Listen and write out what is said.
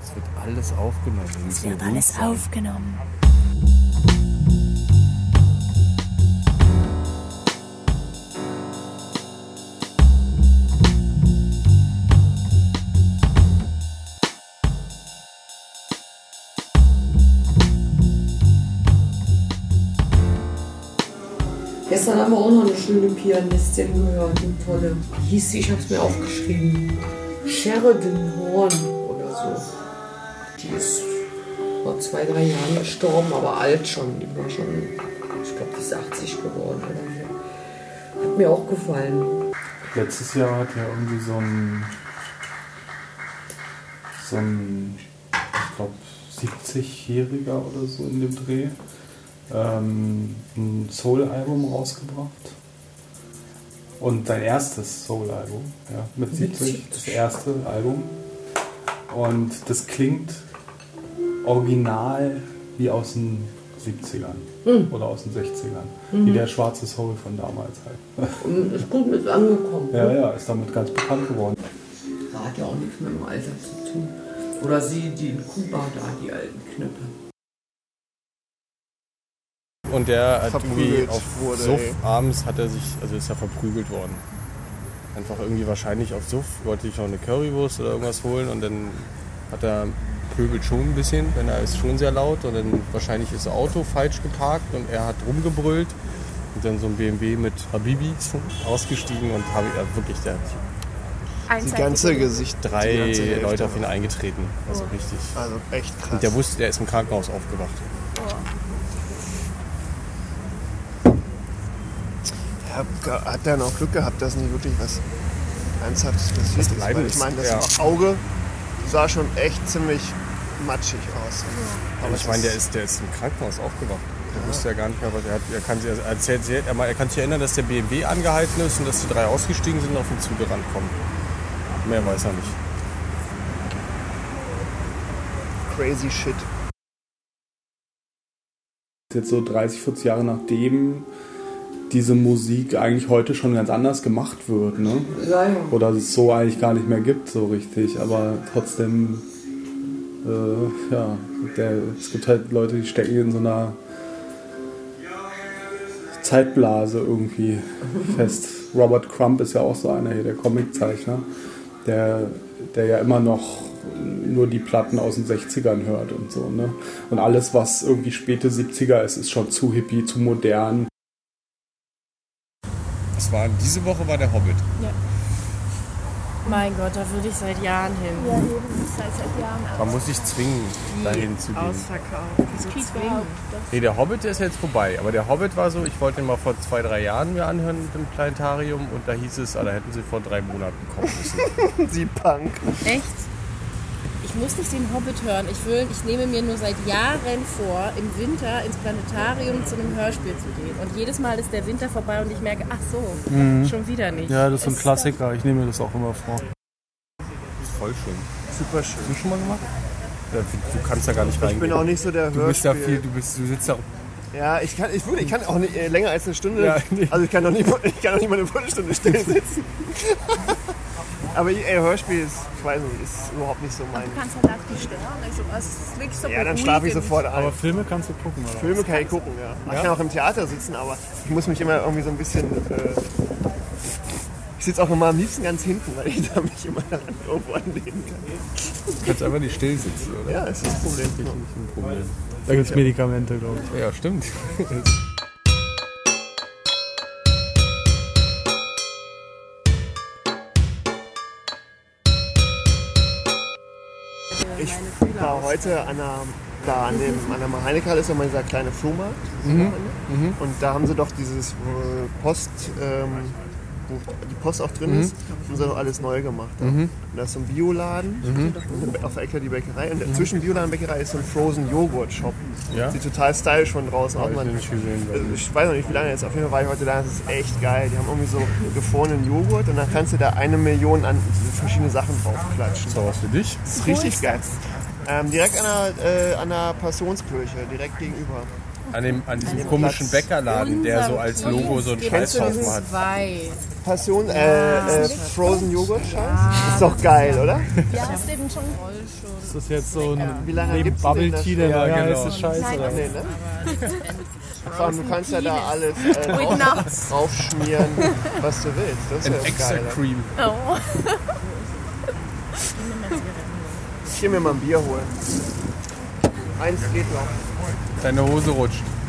Es wird alles aufgenommen. Es wird alles aufgenommen. Gestern haben wir auch noch eine schöne Pianistin gehört, eine tolle. Wie hieß sie? Ich habe es mir aufgeschrieben. Sheridan Horn oder so. Die ist vor zwei, drei Jahren gestorben, aber alt schon. Die war schon, ich glaube, die ist 80 geworden oder so. Hat mir auch gefallen. Letztes Jahr hat ja irgendwie so ein, so ein ich glaube, 70-Jähriger oder so in dem Dreh ähm, ein Soul-Album rausgebracht. Und sein erstes Soul-Album, ja, mit 70, das erste Album. Und das klingt original wie aus den 70ern oder aus den 60ern. Wie der schwarze Soul von damals halt. Und ist gut mit angekommen. Ja, ja, ist damit ganz bekannt geworden. Da hat ja auch nichts mit dem Alter zu tun. Oder sie, die in Kuba da, die alten Knöpfe. Und der hat irgendwie Verprügelt auf wurde, Suff ey. abends hat er sich, also ist er verprügelt worden. Einfach irgendwie wahrscheinlich auf Suff, wollte ich noch eine Currywurst oder irgendwas holen und dann hat er pöbelt schon ein bisschen, wenn er ist schon sehr laut und dann wahrscheinlich ist das Auto falsch geparkt und er hat rumgebrüllt und dann so ein BMW mit Habibi ausgestiegen und habe er wirklich der hat Die ganze Gesicht. die drei ganze Hälfte. Leute auf ihn eingetreten, also richtig. Also echt krass. Und der wusste, der ist im Krankenhaus aufgewacht. Hab ge- hat dann auch Glück gehabt, dass nicht wirklich was Ernsthaftes passiert ist. Weil Bleibendes, ich meine, das ja. Auge sah schon echt ziemlich matschig aus. Aber Also ich das- meine, der ist, der ist im Krankenhaus aufgewacht. Ah. Der wusste ja gar nicht mehr, was er hat. Er kann sich er erzählt, sehr- er, er kann sich erinnern, dass der BMW angehalten ist und dass die drei ausgestiegen sind und auf ihn zugerannt kommen. Mehr weiß er nicht. crazy shit. Jetzt so 30, 40 Jahre nachdem diese Musik eigentlich heute schon ganz anders gemacht wird, ne? Ja, ja. Oder es so eigentlich gar nicht mehr gibt, so richtig. Aber trotzdem, äh, ja, der, es gibt halt Leute, die stecken in so einer Zeitblase irgendwie fest. Robert Crump ist ja auch so einer hier, der Comiczeichner, der, der ja immer noch nur die Platten aus den 60ern hört und so. Ne? Und alles, was irgendwie späte 70er ist, ist schon zu hippie, zu modern. Das war, diese Woche war der Hobbit. Mein Gott, da würde ich seit Jahren hin. Ja, eben, das heißt seit Jahren Man muss sich zwingen, dahin zu gehen. Ausverkauft. Wieso überhaupt. Nee, der Hobbit der ist jetzt vorbei. Aber der Hobbit war so, ich wollte den mal vor zwei, drei Jahren mir anhören im Planetarium und da hieß es, ah, da hätten sie vor drei Monaten kommen müssen. Sie Punk. Echt? Ich muss nicht den Hobbit hören. Ich, will, ich nehme mir nur seit Jahren vor, im Winter ins Planetarium zu einem Hörspiel zu gehen. Und jedes Mal ist der Winter vorbei und ich merke, ach so, Mhm. schon wieder nicht. das ist ein Klassiker. Ich nehme mir das auch immer vor. Voll schön. Super schön. Hast du schon mal gemacht? Ja, Du du kannst da gar nicht rein. Ich bin auch nicht so der Du bist da viel, Hörspiel. du, bist, du sitzt da Ja, ich kann, ich, würde, ich kann auch nicht äh, länger als eine Stunde. Also ich kann doch nicht, ich kann doch nicht mal eine Viertelstunde still sitzen. Aber ey, Hörspiel ist, ich weiß nicht, ist überhaupt nicht so mein. Du kannst halt nachts nicht sterben. Also, es liegt so Ja, dann schlafe ich beruhigend. sofort ein. Aber Filme kannst du gucken, oder? Filme kann ich gucken, ja. Ich kann auch im Theater sitzen, aber ich muss mich immer irgendwie so ein bisschen. Äh, ich sitze auch immer am liebsten ganz hinten, weil ich da mich immer daran irgendwo anlehnen kann. kannst einfach nicht still sitzen, oder? Ja, das ist das Problem. Da gibt es Medikamente, glaube ich. Ja, stimmt. Ich war heute an der, da an dem an der Maheinekal ist immer dieser kleine Flohmarkt. Mhm. Und da haben sie doch dieses äh, Post, ähm, wo die Post auch Mhm. drin ist, haben sie doch alles neu gemacht. Da. Und da ist so ein Bioladen, Mhm. auf der Ecke die Bäckerei. Und zwischen Bioladen und Bäckerei ist so ein Frozen Joghurt Shop. Ja? Sieht total stylisch von draußen aus. ich Man, noch nicht gesehen, glaub also ich weiß noch nicht, wie lange jetzt. Auf jeden Fall war ich heute da. Das ist echt geil. Die haben irgendwie so gefrorenen Joghurt und dann kannst du da eine Million an verschiedene Sachen draufklatschen. So, was für dich? Das ist richtig geil. Ähm, direkt an der, äh, an der Passionskirche, direkt gegenüber. An, dem, an diesem komischen Platz. Bäckerladen, der so Unser als Kind Logo so einen gibt Scheißhaufen hat. Zwei. Passion, Ah. äh, äh, Frozen Joghurt Scheiß? ist doch geil, oder? Ja, hast du den schon. Ist das jetzt so ein Wie lange gibt's den Bubble denn? Tea, der ja, Ja, ja, genau. heiße Scheiße? Oder? Nee, ne? Vor allem, du kannst ja da alles äh, With drauf, nuts. draufschmieren, was du willst. Das Ein ist ja extra geil. Cream. Oh. Ich geh mir mal ein Bier holen. Eins geht noch. Deine Hose rutscht.